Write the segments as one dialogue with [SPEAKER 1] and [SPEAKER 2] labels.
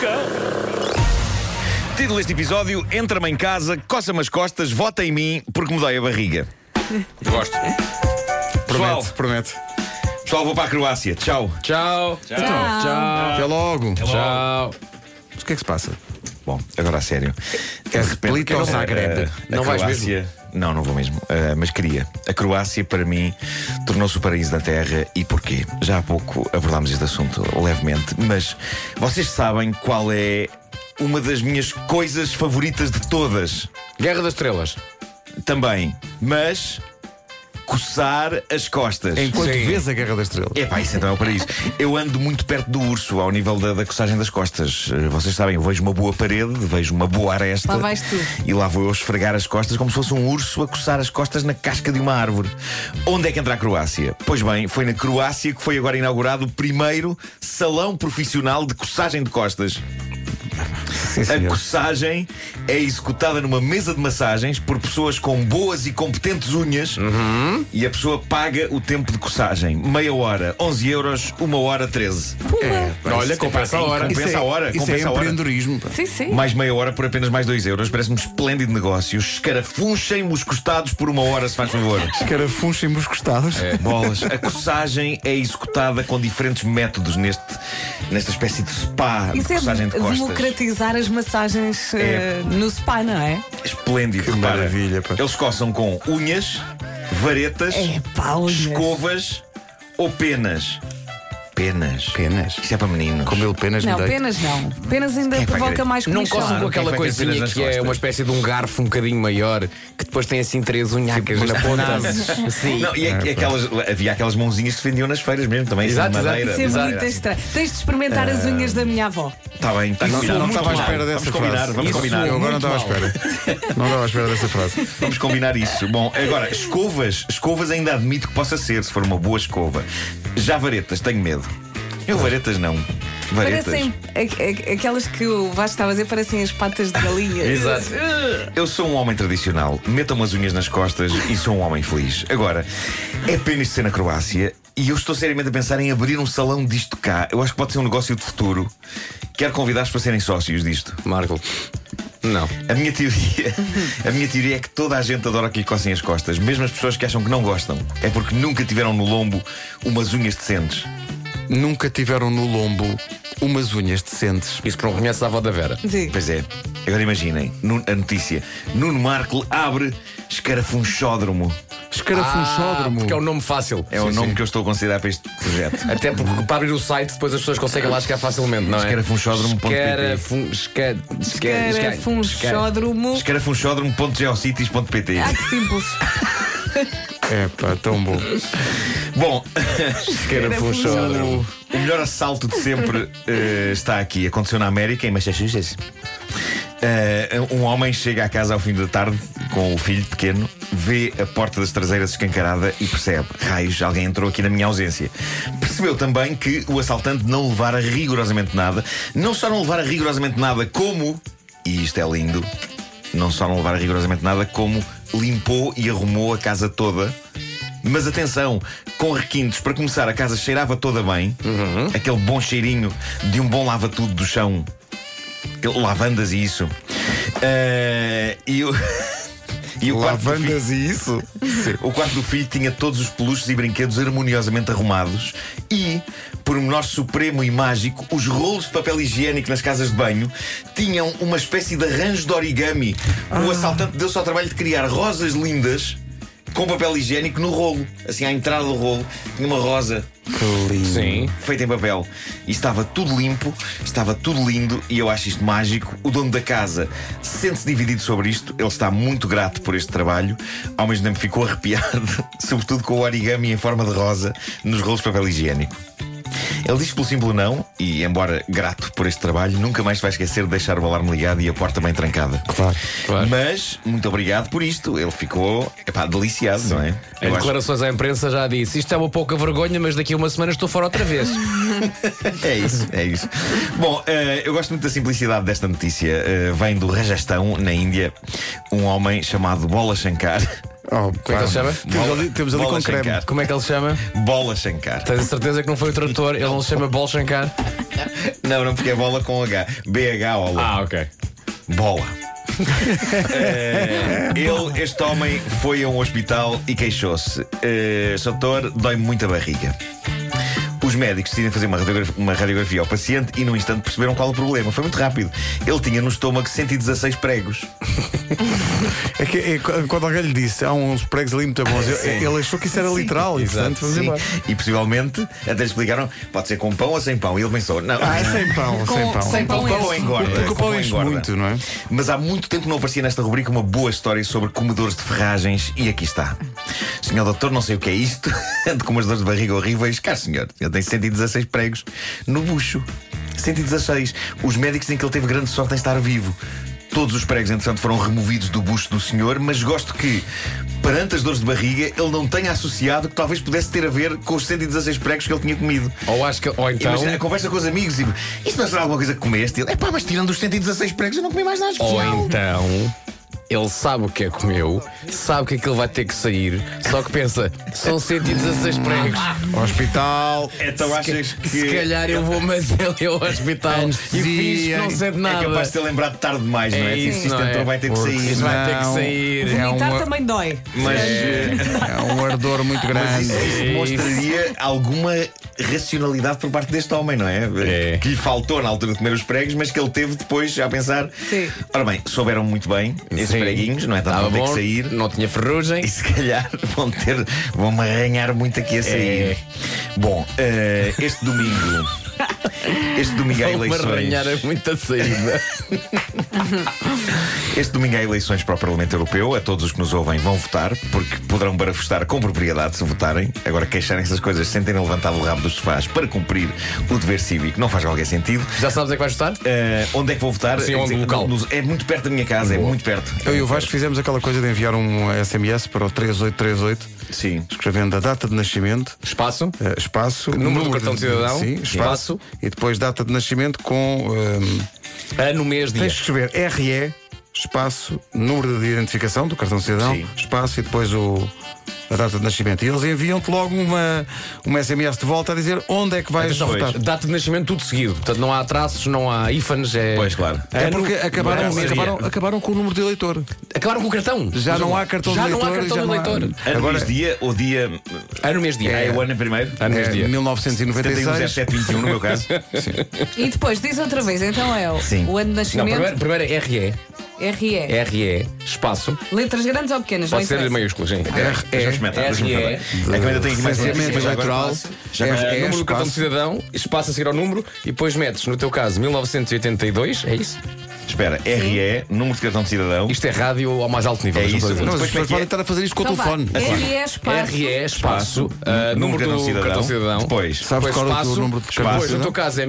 [SPEAKER 1] cão.
[SPEAKER 2] Título deste episódio: Entra-me em casa, coça-me as costas, vota em mim porque mudei a barriga. Gosto. Pessoal,
[SPEAKER 3] Promete, promete.
[SPEAKER 2] pessoal, vou para a Croácia. Tchau.
[SPEAKER 3] Tchau. Tchau.
[SPEAKER 4] Ah.
[SPEAKER 3] Até logo.
[SPEAKER 4] Tchau.
[SPEAKER 3] Mas O que é que se passa?
[SPEAKER 2] Bom, agora a sério.
[SPEAKER 3] Quer
[SPEAKER 2] De repente,
[SPEAKER 3] Split ou
[SPEAKER 2] eh,
[SPEAKER 3] Zagreb?
[SPEAKER 2] a
[SPEAKER 4] Não vais
[SPEAKER 2] Croácia- Não, não vou mesmo. eh, mas queria. A Croácia, para mim, tornou-se o paraíso da Terra. E porquê? Já há pouco abordámos este assunto levemente. Mas vocês sabem qual é uma das minhas coisas favoritas de todas?
[SPEAKER 4] Guerra das Estrelas.
[SPEAKER 2] Também. Mas. Coçar as costas.
[SPEAKER 3] Enquanto
[SPEAKER 4] Sim.
[SPEAKER 3] vês a Guerra das Estrelas.
[SPEAKER 2] É pá, isso então é o paraíso. Eu ando muito perto do urso, ao nível da, da coçagem das costas. Eh, Vocês sabem, eu vejo uma boa parede, vejo uma boa aresta.
[SPEAKER 5] Lá vais tu.
[SPEAKER 2] E lá vou eu esfregar as costas como se fosse um urso a coçar as costas na casca de uma árvore. Onde é que entra a Croácia? Pois bem, foi na Croácia que foi agora inaugurado o primeiro salão profissional de coçagem de costas.
[SPEAKER 3] Sim,
[SPEAKER 2] A
[SPEAKER 3] senhor.
[SPEAKER 2] coçagem é executada numa mesa de massagens por pessoas com boas e competentes unhas e a pessoa paga o tempo de coçagem. Meia hora, 11 euros, uma hora, 13.
[SPEAKER 4] É. Olha, compensa a hora.
[SPEAKER 3] É. Isso
[SPEAKER 2] Compensa a hora,
[SPEAKER 3] Isso é
[SPEAKER 2] compensa a hora.
[SPEAKER 3] empreendedorismo. pá.
[SPEAKER 5] Sim, sim.
[SPEAKER 2] Mais meia hora por apenas mais 2 euros. Parece-me um esplêndido negócio. Escarafunchem-me os costados por uma hora, se faz favor.
[SPEAKER 3] Escarafunchem os costados.
[SPEAKER 4] É.
[SPEAKER 2] Bolas. A coçagem é executada com diferentes métodos neste, nesta espécie de spa
[SPEAKER 5] Isso
[SPEAKER 2] de
[SPEAKER 5] é
[SPEAKER 2] coçagem de costas.
[SPEAKER 5] democratizar as massagens eh, no spa, não é?
[SPEAKER 2] Esplêndido.
[SPEAKER 3] Que
[SPEAKER 2] repara.
[SPEAKER 3] maravilha, pá.
[SPEAKER 2] Eles coçam com unhas, varetas,
[SPEAKER 5] É pá, olha.
[SPEAKER 2] escovas ou penas. Penas.
[SPEAKER 3] Penas.
[SPEAKER 2] Isso é para meninos.
[SPEAKER 3] Com mil penas
[SPEAKER 5] Não,
[SPEAKER 3] me dei.
[SPEAKER 5] penas não. Penas ainda
[SPEAKER 2] Quem é que vai
[SPEAKER 5] provoca
[SPEAKER 2] querer?
[SPEAKER 5] mais
[SPEAKER 4] Não
[SPEAKER 5] comichão.
[SPEAKER 4] coçam
[SPEAKER 2] Claro,
[SPEAKER 4] com
[SPEAKER 2] quem é
[SPEAKER 4] aquela
[SPEAKER 2] vai ter
[SPEAKER 4] coisinha
[SPEAKER 2] penas nas
[SPEAKER 4] que é
[SPEAKER 2] costas?
[SPEAKER 4] uma espécie de um garfo um bocadinho maior que depois tem assim três unhacas na ponta. Assim.
[SPEAKER 2] Não, e é- e aquelas, havia aquelas mãozinhas que se vendiam nas feiras mesmo também.
[SPEAKER 4] Exato,
[SPEAKER 2] isso de
[SPEAKER 4] exato.
[SPEAKER 2] madeira.
[SPEAKER 5] Isso é
[SPEAKER 2] madeira,
[SPEAKER 5] muito
[SPEAKER 2] assim.
[SPEAKER 5] estranho. Tens de experimentar as unhas da minha avó.
[SPEAKER 2] Está bem, está
[SPEAKER 3] Não,
[SPEAKER 2] combinado.
[SPEAKER 3] não estava à
[SPEAKER 2] Vamos
[SPEAKER 3] espera
[SPEAKER 2] combinar,
[SPEAKER 3] dessa
[SPEAKER 2] Vamos combinar,
[SPEAKER 3] frase.
[SPEAKER 2] vamos
[SPEAKER 3] Isso,
[SPEAKER 2] combinar.
[SPEAKER 3] Eu agora não
[SPEAKER 4] Muito
[SPEAKER 3] estava à espera. Não estava à espera dessa frase.
[SPEAKER 2] Vamos combinar isso. Bom, agora, escovas. Escovas ainda admito que possa ser, se for uma boa escova. Já varetas, tenho medo. Eu varetas não. Varetas.
[SPEAKER 5] Parecem a- a- aquelas que o Vasco estava a dizer, parecem as patas de galinha.
[SPEAKER 4] Exato.
[SPEAKER 2] Eu sou um homem tradicional, metam as unhas nas costas e sou um homem feliz. Agora, é pena isto ser na Croácia e eu estou seriamente a pensar em abrir um salão disto cá. Eu acho que pode ser um negócio de futuro. Quero convidar-vos para serem sócios disto.
[SPEAKER 4] Marco. Não.
[SPEAKER 2] A minha teoria, a minha teoria é que toda a gente adora que lhe cocem as costas, mesmo as pessoas que acham que não gostam. É porque nunca tiveram no lombo umas unhas decentes.
[SPEAKER 3] Nunca tiveram no lombo umas unhas decentes.
[SPEAKER 4] Isso que não conheces a avó da Vera.
[SPEAKER 5] Sim.
[SPEAKER 2] Pois é. Agora imaginem, nu- a notícia. Nuno Marco abre escarafunchódromo.
[SPEAKER 4] Ah,
[SPEAKER 3] Escarafunchódromo.
[SPEAKER 4] porque é um nome fácil.
[SPEAKER 2] É o nome que eu estou a considerar para este projeto.
[SPEAKER 4] Até porque para abrir o site depois as pessoas conseguem lá chegar facilmente, não é?
[SPEAKER 2] Escarafunchódromo.pt.
[SPEAKER 4] Escarafun- esca- esca- esca-
[SPEAKER 5] é um
[SPEAKER 4] esca-
[SPEAKER 5] Carafunchódromo.
[SPEAKER 2] Escarafunchódromo.geocities.pt
[SPEAKER 5] Ah, que simples.
[SPEAKER 3] É pá, tão bom.
[SPEAKER 2] Bom,
[SPEAKER 5] um Escarafunchódromo.
[SPEAKER 2] o o melhor assalto de sempre eh, está aqui. Aconteceu na América, em Massachusetts. Eh, um homem chega à casa ao fim da tarde com o filho pequeno, vê a porta das traseiras escancarada e percebe: raios, alguém entrou aqui na minha ausência. Percebeu também que o assaltante não levara rigorosamente nada. Não só não levara rigorosamente nada, como, e isto é lindo, não só não levara rigorosamente nada, como limpou e arrumou a casa toda. Mas atenção, com requintes, para começar, a casa cheirava toda bem, aquele bom cheirinho de um bom lava-tudo do chão, Aquele lavandas e isso. Ah, e o, e o quarto do filho-
[SPEAKER 3] Lavandas e isso?
[SPEAKER 2] o quarto do filho tinha todos os peluches e brinquedos harmoniosamente arrumados e, por um menor supremo e mágico, os rolos de papel higiênico nas casas de banho tinham uma espécie de arranjo de origami.
[SPEAKER 3] Ah.
[SPEAKER 2] O assaltante deu-se ao trabalho de criar rosas lindas com papel higiênico no rolo. Assim, à entrada do rolo, tinha uma rosa
[SPEAKER 3] Que lindo.
[SPEAKER 4] Sim.
[SPEAKER 2] feito em papel. E estava tudo limpo, estava tudo lindo e eu acho isto mágico. O dono da casa sente-se dividido sobre isto, ele está muito grato por este trabalho, ao mesmo tempo ficou arrepiado, sobretudo com o origami em forma de rosa nos rolos de papel higiênico. Ele diz que pelo simples não, e embora grato por este trabalho, nunca mais vai esquecer de deixar o alarme ligado e a porta bem trancada.
[SPEAKER 3] Claro.
[SPEAKER 4] Claro.
[SPEAKER 2] Mas, muito obrigado por isto. Ele ficou, epá, deliciado, não é?
[SPEAKER 4] Em
[SPEAKER 2] Eu acho-
[SPEAKER 4] declarações à imprensa já disse: Isto é uma pouca vergonha, mas daqui a uma semana estou fora outra vez.
[SPEAKER 2] É isso, é isso. Bom, eh, eu gosto muito da simplicidade desta notícia. Eh, vem do Rajastão, na Índia, um homem chamado Bola Shankar.
[SPEAKER 4] Como
[SPEAKER 3] Oh,
[SPEAKER 4] é que ele se chama?
[SPEAKER 3] Temos ali, temos ali com
[SPEAKER 2] Bolas sem
[SPEAKER 3] creme.
[SPEAKER 2] cara.
[SPEAKER 4] Como é que ele se chama?
[SPEAKER 2] Bola Shankar.
[SPEAKER 4] Tens a certeza que não foi o tradutor? Ele não se chama Bol Shankar?
[SPEAKER 2] Não, não, porque é bola com H. BH, olha.
[SPEAKER 4] Ah, ok.
[SPEAKER 2] Bola. Eh, ele, este homem, foi a um hospital e queixou-se. Eh, Sr. doutor, dói-me muito a barriga. Os médicos decidem fazer uma radiogra- uma radiografia, ao paciente e, num instante, perceberam qual o problema. Foi muito rápido. Ele tinha no estômago 116 pregos.
[SPEAKER 3] É que, é, quando alguém lhe disse há um, uns pregos ali muito bons, eu- ele achou que isso era literal e portanto vamos
[SPEAKER 2] Sim.
[SPEAKER 3] embora.
[SPEAKER 2] E possivelmente até lhe explicaram: pode ser com pão ou sem pão. E ele pensou: não,
[SPEAKER 3] Ah, é sem pão, sem pão.
[SPEAKER 5] sem pão
[SPEAKER 2] com pão
[SPEAKER 5] é-
[SPEAKER 2] engorda.
[SPEAKER 3] Porque
[SPEAKER 2] com
[SPEAKER 3] o pão enche
[SPEAKER 2] engorda.
[SPEAKER 3] muito, não é?
[SPEAKER 2] Mas há muito tempo não aparecia nesta rubrica uma boa história sobre comedores de ferragens e aqui está. Senhor doutor, não sei o que é isto. Ando com umas dores de barriga horríveis. Cá, senhor, ele tem 116 pregos no bucho. 116. Os médicos dizem que ele teve grande sorte em estar vivo. Todos os pregos, entretanto, foram removidos do bucho do senhor, mas gosto que, perante as dores de barriga, ele não tenha associado que talvez pudesse ter a ver com os 116 pregos que ele tinha comido.
[SPEAKER 4] Ou acho que. Ou então.
[SPEAKER 2] Imagina, eh, conversa com os amigos e isto não será alguma coisa que comeste? Ele, é pá, mas tirando os 116 pregos eu não comi mais nada
[SPEAKER 4] Ou
[SPEAKER 2] especial.
[SPEAKER 4] então. Ele sabe o que é que comeu, sabe que aquilo vai ter que sair, só que pensa, são 116 pregos.
[SPEAKER 3] Hospital.
[SPEAKER 2] Então Ah, achas que
[SPEAKER 4] Se calhar eu vou mandar ele ao hospital e fiz que não sente nada.
[SPEAKER 2] é capaz de ter lembrado tarde demais, não é?
[SPEAKER 4] É
[SPEAKER 2] Tipo,
[SPEAKER 4] isso,
[SPEAKER 2] se isto
[SPEAKER 4] não é?
[SPEAKER 2] entrou, vai ter que sair.
[SPEAKER 4] Isto vai ter que
[SPEAKER 3] Não.
[SPEAKER 4] sair.
[SPEAKER 3] É um,
[SPEAKER 5] Vomitar
[SPEAKER 3] ar-
[SPEAKER 5] também dói.
[SPEAKER 2] Mas, eh,
[SPEAKER 3] é um ardor muito
[SPEAKER 2] mas
[SPEAKER 3] grande.
[SPEAKER 4] é
[SPEAKER 2] isso, isso demonstraria alguma racionalidade por parte deste homem, não é?
[SPEAKER 4] É.
[SPEAKER 2] Que lhe faltou na altura de comer os pregos, mas que ele teve depois já a pensar.
[SPEAKER 5] Sim.
[SPEAKER 2] Ora bem, souberam muito bem esses
[SPEAKER 4] Sim.
[SPEAKER 2] preguinhos, não é? Então
[SPEAKER 4] Tava
[SPEAKER 2] vão ter
[SPEAKER 4] bom,
[SPEAKER 2] que sair.
[SPEAKER 4] Não tinha ferrugem.
[SPEAKER 2] E se calhar vão ter. vão me arranhar muito aqui a sair.
[SPEAKER 4] É.
[SPEAKER 2] Bom, eh, este domingo. Este domingo há
[SPEAKER 4] Vou-me arranhar
[SPEAKER 2] eleições.
[SPEAKER 4] muita saída.
[SPEAKER 2] Este domingo há eleições para o Parlamento Europeu. A todos os que nos ouvem vão votar, porque poderão barafustar com propriedade se votarem. Agora, queixarem essas coisas sem terem levantado o rabo dos sofás para cumprir o dever cívico não faz qualquer sentido.
[SPEAKER 4] Já sabes a que vais votar?
[SPEAKER 2] Eh, onde é que vou votar?
[SPEAKER 4] Sim, onde,
[SPEAKER 2] Eh,
[SPEAKER 4] local?
[SPEAKER 2] nos- É muito perto da minha casa, é muito perto.
[SPEAKER 3] Eu e o Vasco fizemos aquela coisa de enviar um SMS para o 3838,
[SPEAKER 2] Sim.
[SPEAKER 3] escrevendo a data de nascimento,
[SPEAKER 4] Espaço.
[SPEAKER 3] eh, espaço,
[SPEAKER 4] Número do cartão de cidadão,
[SPEAKER 3] sim, espaço,
[SPEAKER 4] espaço.
[SPEAKER 3] e depois data de nascimento com. ehm,
[SPEAKER 4] Ano, mês, dia.
[SPEAKER 3] Tens que escrever RE, espaço, número de identificação do cartão de cidadão,
[SPEAKER 2] Sim.
[SPEAKER 3] espaço e depois o, a data de nascimento. E eles enviam-te logo uma, uma SMS de volta a dizer onde é que vais
[SPEAKER 2] Então,
[SPEAKER 4] Atenção,
[SPEAKER 3] votar.
[SPEAKER 4] Data de nascimento, tudo seguido. Portanto, não há traços, não há ífanes. É...
[SPEAKER 2] Pois, claro.
[SPEAKER 3] É
[SPEAKER 4] Ano,
[SPEAKER 3] porque acabaram,
[SPEAKER 4] mês, dia.
[SPEAKER 3] acabaram, acabaram com o número de eleitor.
[SPEAKER 4] Acabaram com o cartão.
[SPEAKER 3] Já
[SPEAKER 4] Vejam
[SPEAKER 3] não
[SPEAKER 4] lá.
[SPEAKER 3] há cartão
[SPEAKER 4] já
[SPEAKER 3] de eleitor.
[SPEAKER 4] Não há cartão
[SPEAKER 3] já
[SPEAKER 4] de
[SPEAKER 3] não
[SPEAKER 4] eleitor.
[SPEAKER 2] Agora, dia ou dia.
[SPEAKER 4] Ano, mês, dia.
[SPEAKER 2] Ah, é o ano primeiro?
[SPEAKER 4] Ano, mês,
[SPEAKER 3] É,
[SPEAKER 4] dia.
[SPEAKER 3] 1996.
[SPEAKER 2] 710721, no meu caso.
[SPEAKER 5] E depois, diz outra vez, então é o,
[SPEAKER 2] Sim.
[SPEAKER 5] o ano de
[SPEAKER 4] Não,
[SPEAKER 5] nascimento,
[SPEAKER 4] primeiro, primeiro é RE.
[SPEAKER 5] RE.
[SPEAKER 4] RE, espaço.
[SPEAKER 5] Letras grandes ou pequenas?
[SPEAKER 4] Pode
[SPEAKER 5] não
[SPEAKER 4] ser
[SPEAKER 5] interessa.
[SPEAKER 4] maiúsculo, gente.
[SPEAKER 2] Deixa-me
[SPEAKER 3] RE,
[SPEAKER 2] experimentar,
[SPEAKER 4] É,
[SPEAKER 2] deixa-me
[SPEAKER 4] é.
[SPEAKER 2] experimentar. É que eu ainda tenho aqui mais
[SPEAKER 3] licenciamento
[SPEAKER 2] Já agora
[SPEAKER 3] eleitoral,
[SPEAKER 2] faço. Já
[SPEAKER 3] é-
[SPEAKER 2] agora
[SPEAKER 4] É,
[SPEAKER 3] é
[SPEAKER 4] número do cartão de
[SPEAKER 3] espaço.
[SPEAKER 4] cidadão, espaço a seguir ao número e depois metes, no teu caso, 1982, é isso?
[SPEAKER 2] Espera, RE, número de cartão de cidadão.
[SPEAKER 4] Isto é rádio ao mais alto nível.
[SPEAKER 2] É
[SPEAKER 4] deixa-me
[SPEAKER 2] isso.
[SPEAKER 4] fazer.
[SPEAKER 3] Não, as
[SPEAKER 2] Depois como é
[SPEAKER 3] pessoas
[SPEAKER 2] que é?
[SPEAKER 3] podem estar a fazer isto com o
[SPEAKER 5] Então vá,
[SPEAKER 3] telefone.
[SPEAKER 5] RE, espaço.
[SPEAKER 4] RE, espaço, ah,
[SPEAKER 2] uh,
[SPEAKER 4] número
[SPEAKER 2] número de cartão
[SPEAKER 4] do
[SPEAKER 2] cidadão.
[SPEAKER 4] cartão cidadão.
[SPEAKER 2] Depois.
[SPEAKER 3] Sabes
[SPEAKER 4] Depois
[SPEAKER 3] qual é o teu
[SPEAKER 4] espaço,
[SPEAKER 3] número de cartão
[SPEAKER 4] Depois,
[SPEAKER 3] cidadão?
[SPEAKER 4] no teu caso é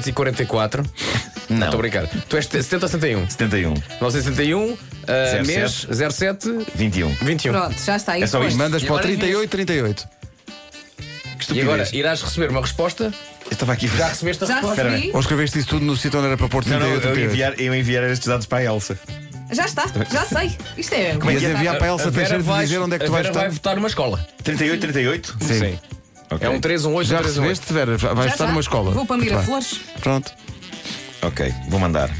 [SPEAKER 4] 1944.
[SPEAKER 2] Não.
[SPEAKER 4] Estou a brincar. Tu és 70 ou 71?
[SPEAKER 2] 71,
[SPEAKER 4] 1971, ah,
[SPEAKER 2] 07.
[SPEAKER 4] mês 07
[SPEAKER 2] 21.
[SPEAKER 4] 21.
[SPEAKER 5] Pronto, já está. E
[SPEAKER 2] É só
[SPEAKER 5] depois?
[SPEAKER 2] isto.
[SPEAKER 3] Mandas
[SPEAKER 4] E
[SPEAKER 3] para o
[SPEAKER 4] agora
[SPEAKER 3] 38, 38.
[SPEAKER 2] Que
[SPEAKER 4] E
[SPEAKER 2] estupidez.
[SPEAKER 4] agora irás receber uma resposta.
[SPEAKER 2] Eu estava aqui.
[SPEAKER 4] Já recebeste a
[SPEAKER 5] Já
[SPEAKER 4] resposta?
[SPEAKER 2] Espera
[SPEAKER 5] recebi?
[SPEAKER 3] Ou escreveste isso tudo no sítio onde era para pôr
[SPEAKER 2] Não, não,
[SPEAKER 3] 38,
[SPEAKER 2] eu
[SPEAKER 3] 38.
[SPEAKER 2] enviar, eu enviar estes dados para a Elsa.
[SPEAKER 5] Já está, já sei. Isto é.
[SPEAKER 3] Ias enviar para a
[SPEAKER 4] A
[SPEAKER 3] Elsa
[SPEAKER 4] Vera
[SPEAKER 3] Teixeira de
[SPEAKER 4] vai-
[SPEAKER 3] dizer onde é que
[SPEAKER 4] a
[SPEAKER 3] tu vais
[SPEAKER 4] Vera vai
[SPEAKER 3] votar.
[SPEAKER 4] votar numa escola.
[SPEAKER 2] 38, 38?
[SPEAKER 4] Sim.
[SPEAKER 2] Ok.
[SPEAKER 4] É um 3, um 8,
[SPEAKER 3] Já
[SPEAKER 4] um 3, um 8.
[SPEAKER 3] recebeste, Vera? Vais
[SPEAKER 5] Já,
[SPEAKER 3] votar
[SPEAKER 5] já.
[SPEAKER 3] numa escola. Então.
[SPEAKER 5] Vou para
[SPEAKER 3] Muito bem.
[SPEAKER 5] Miraflores.
[SPEAKER 3] Pronto.
[SPEAKER 2] Ok, vou mandar.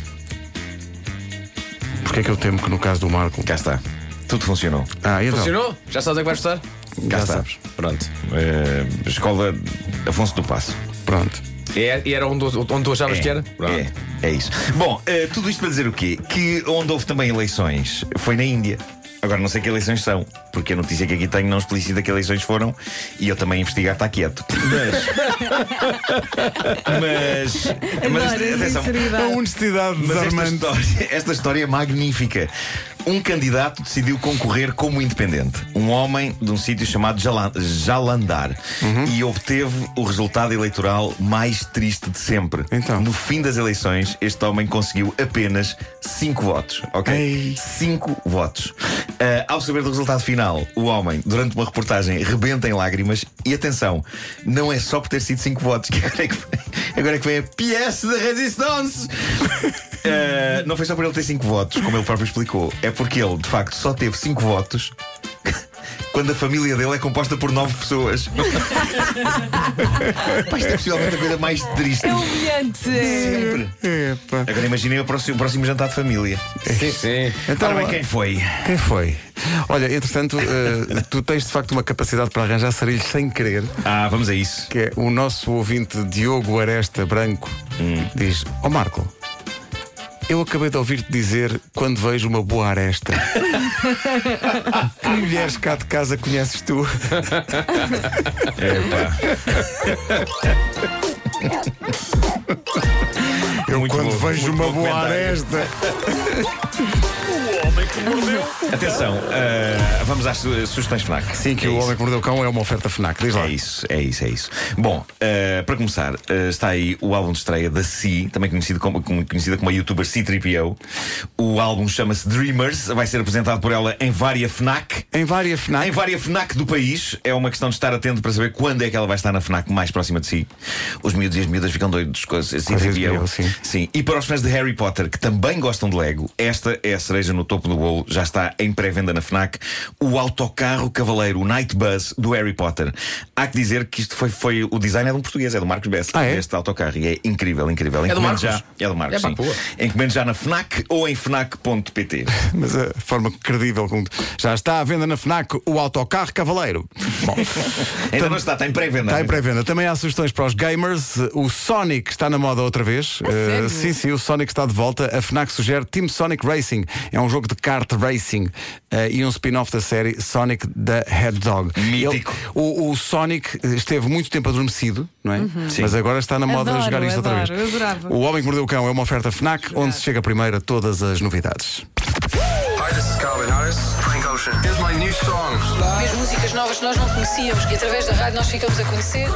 [SPEAKER 3] Porque é que eu temo que no caso do Marco.
[SPEAKER 2] Cá está. Tudo funcionou.
[SPEAKER 3] Ah, então.
[SPEAKER 4] Funcionou? Já sabes a que vais votar?
[SPEAKER 2] Cá
[SPEAKER 3] Já
[SPEAKER 2] está.
[SPEAKER 3] sabes.
[SPEAKER 2] Pronto. Eh, escola Afonso do Passo.
[SPEAKER 3] Pronto.
[SPEAKER 4] É, e era onde, onde tu achavas que era? Pronto.
[SPEAKER 2] É, é isso. Bom, eh, tudo isto para dizer o quê? Que onde houve também eleições foi na Índia. Agora não sei que eleições são, porque a notícia que aqui tenho não explicita que eleições foram e eu também a investigar está quieto. Mas. mas. mas
[SPEAKER 5] Adoro a
[SPEAKER 2] atenção,
[SPEAKER 5] sinceridade.
[SPEAKER 3] A É honestidade
[SPEAKER 2] mas esta
[SPEAKER 3] desarmante.
[SPEAKER 2] história, esta história é magnífica. Um candidato decidiu concorrer como independente. Um homem de um sítio chamado Jalan- Jalandar.
[SPEAKER 3] Uhum.
[SPEAKER 2] E obteve o resultado eleitoral mais triste de sempre.
[SPEAKER 3] Então.
[SPEAKER 2] No fim das eleições, este homem conseguiu apenas 5 votos. Ok?
[SPEAKER 3] Ei.
[SPEAKER 2] 5 votos. Ah, ao saber do resultado final, o homem, durante uma reportagem, rebenta em lágrimas. E atenção, não é só por ter sido 5 votos que agora é que vem, agora é que vem a PS da Resistance. Ah, não foi só por ele ter 5 votos, como ele próprio explicou, é porque ele, de facto, só teve 5 votos quando a família dele é composta por nove pessoas. Pá, Isto é possivelmente a coisa mais triste.
[SPEAKER 5] É humilhante.
[SPEAKER 2] Sempre.
[SPEAKER 3] Epa.
[SPEAKER 2] Agora imaginem o próximo, o próximo jantar de família.
[SPEAKER 4] Sim, sim.
[SPEAKER 3] Então,
[SPEAKER 2] Ora bem, quem foi?
[SPEAKER 3] Quem foi? Olha, entretanto, eh, tu tens de facto uma capacidade para arranjar sarilhos sem querer,
[SPEAKER 2] Ah, vamos a isso.
[SPEAKER 3] que é o nosso ouvinte Diogo Aresta Branco
[SPEAKER 2] Hum.
[SPEAKER 3] diz: Ó Marco, eu acabei de ouvir-te dizer quando vejo uma boa aresta. que mulheres cá de casa conheces tu? Eu
[SPEAKER 2] É Muito
[SPEAKER 3] quando
[SPEAKER 2] bom,
[SPEAKER 3] vejo
[SPEAKER 2] muito
[SPEAKER 3] uma
[SPEAKER 2] bom
[SPEAKER 3] boa
[SPEAKER 2] comentário.
[SPEAKER 3] aresta.
[SPEAKER 2] Atenção, ah, vamos às su- sugestões FNAC.
[SPEAKER 3] Sim, que
[SPEAKER 2] É
[SPEAKER 3] o
[SPEAKER 2] isso.
[SPEAKER 3] homem que mordeu o cão é uma oferta FNAC, diz lá.
[SPEAKER 2] É isso, é isso, é isso. Bom, eh, para começar, eh, está aí o álbum de estreia da Si, também conhecido como, como- conhecida como a youtuber C3PO. O álbum chama-se Dreamers, vai ser apresentado por ela em várias FNAC.
[SPEAKER 3] Em várias FNAC.
[SPEAKER 2] Em várias FNAC do país, é uma questão de estar atento para saber quando é que ela vai estar na FNAC mais próxima de si. Os miúdos e as miúdas ficam doidos com a C3PO.
[SPEAKER 3] C3PO, sim.
[SPEAKER 2] Sim, e para os fãs de Harry Potter que também gostam de Lego, esta é a cereja no topo do bolo, já está em pré-venda na Fnac, o autocarro cavaleiro, o Night Bus do Harry Potter. Há que dizer que isto foi, foi o design é de um português, é do Marcos Bessa,
[SPEAKER 3] Ah, é?
[SPEAKER 2] este autocarro, e é incrível, incrível.
[SPEAKER 4] do
[SPEAKER 2] Encomende
[SPEAKER 4] Marcos?
[SPEAKER 2] já, é do Marcos.
[SPEAKER 4] É pá,
[SPEAKER 2] sim.
[SPEAKER 4] boa.
[SPEAKER 2] Encomende já na Fnac ou em fnac.pt.
[SPEAKER 3] Mas a forma credível como. Já está à venda na FNAC o autocarro Cavaleiro. Bom,
[SPEAKER 2] Então não está, está em pré-venda.
[SPEAKER 3] está em pré-venda. Também há sugestões para os gamers. O Sonic está na moda outra vez. Eh,
[SPEAKER 5] sério?
[SPEAKER 3] sim, sim, o Sonic está de volta. A FNAC sugere Team Sonic Racing. É um jogo de kart racing eh, e um spin-off da série Sonic the Hedgehog.
[SPEAKER 2] Mítico.
[SPEAKER 3] Ele- o, o Sonic eh, esteve muito tempo adormecido, não é?
[SPEAKER 2] Uhum. Sim.
[SPEAKER 3] Mas agora está na moda
[SPEAKER 5] Adoro,
[SPEAKER 3] jogar isto outra
[SPEAKER 5] adoro,
[SPEAKER 3] vez.
[SPEAKER 5] eu adorava.
[SPEAKER 3] O Homem que Mordeu o Cão é uma oferta FNAC, onde se chega primeiro a todas as novidades.
[SPEAKER 1] Hi, this is Calvin Harris, Frank Ocean. Here's my new song.
[SPEAKER 6] As músicas novas que nós não conhecíamos e através da rádio nós ficamos a conhecer.